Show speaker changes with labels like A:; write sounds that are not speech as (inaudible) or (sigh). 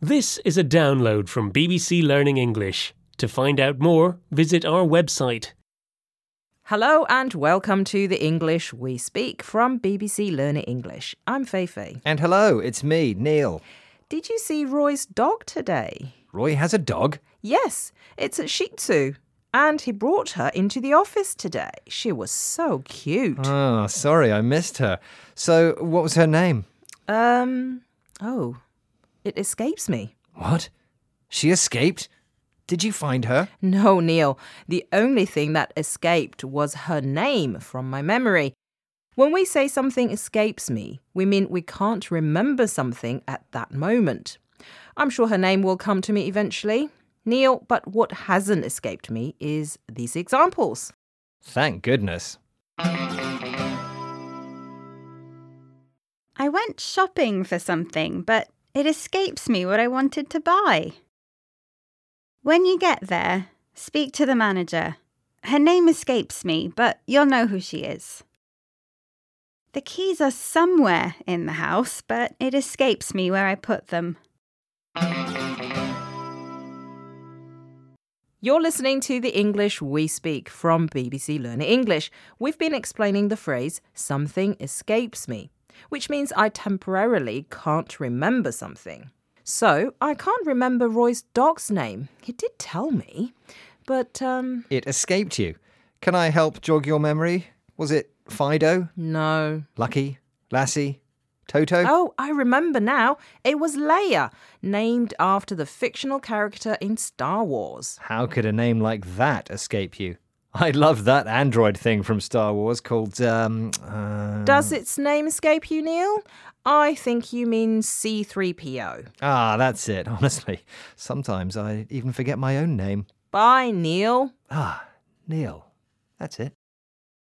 A: This is a download from BBC Learning English. To find out more, visit our website.
B: Hello and welcome to the English We Speak from BBC Learner English. I'm Feifei.
C: And hello, it's me, Neil.
B: Did you see Roy's dog today?
C: Roy has a dog.
B: Yes, it's a Shih Tzu. And he brought her into the office today. She was so cute.
C: Ah, sorry, I missed her. So, what was her name?
B: Um, oh, it escapes me.
C: What? She escaped? Did you find her?
B: No, Neil, the only thing that escaped was her name from my memory. When we say something escapes me, we mean we can't remember something at that moment. I'm sure her name will come to me eventually. Neil, but what hasn't escaped me is these examples.
C: Thank goodness.
D: I went shopping for something, but it escapes me what I wanted to buy. When you get there, speak to the manager. Her name escapes me, but you'll know who she is. The keys are somewhere in the house, but it escapes me where I put them.
B: You're listening to the English we speak from BBC Learner English. We've been explaining the phrase something escapes me, which means I temporarily can't remember something. So, I can't remember Roy's dog's name. He did tell me, but um
C: It escaped you. Can I help jog your memory? Was it Fido,
B: no.
C: Lucky, Lassie, Toto?
B: Oh, I remember now. It was Leia, named after the fictional character in Star Wars.
C: How could a name like that escape you? I love that android thing from Star Wars called, um, uh,
B: Does its name escape you, Neil? I think you mean C3PO.
C: ah, that's it, (laughs) honestly. Sometimes I even forget my own name.
B: Bye, Neil.
C: Ah, Neil. That's it.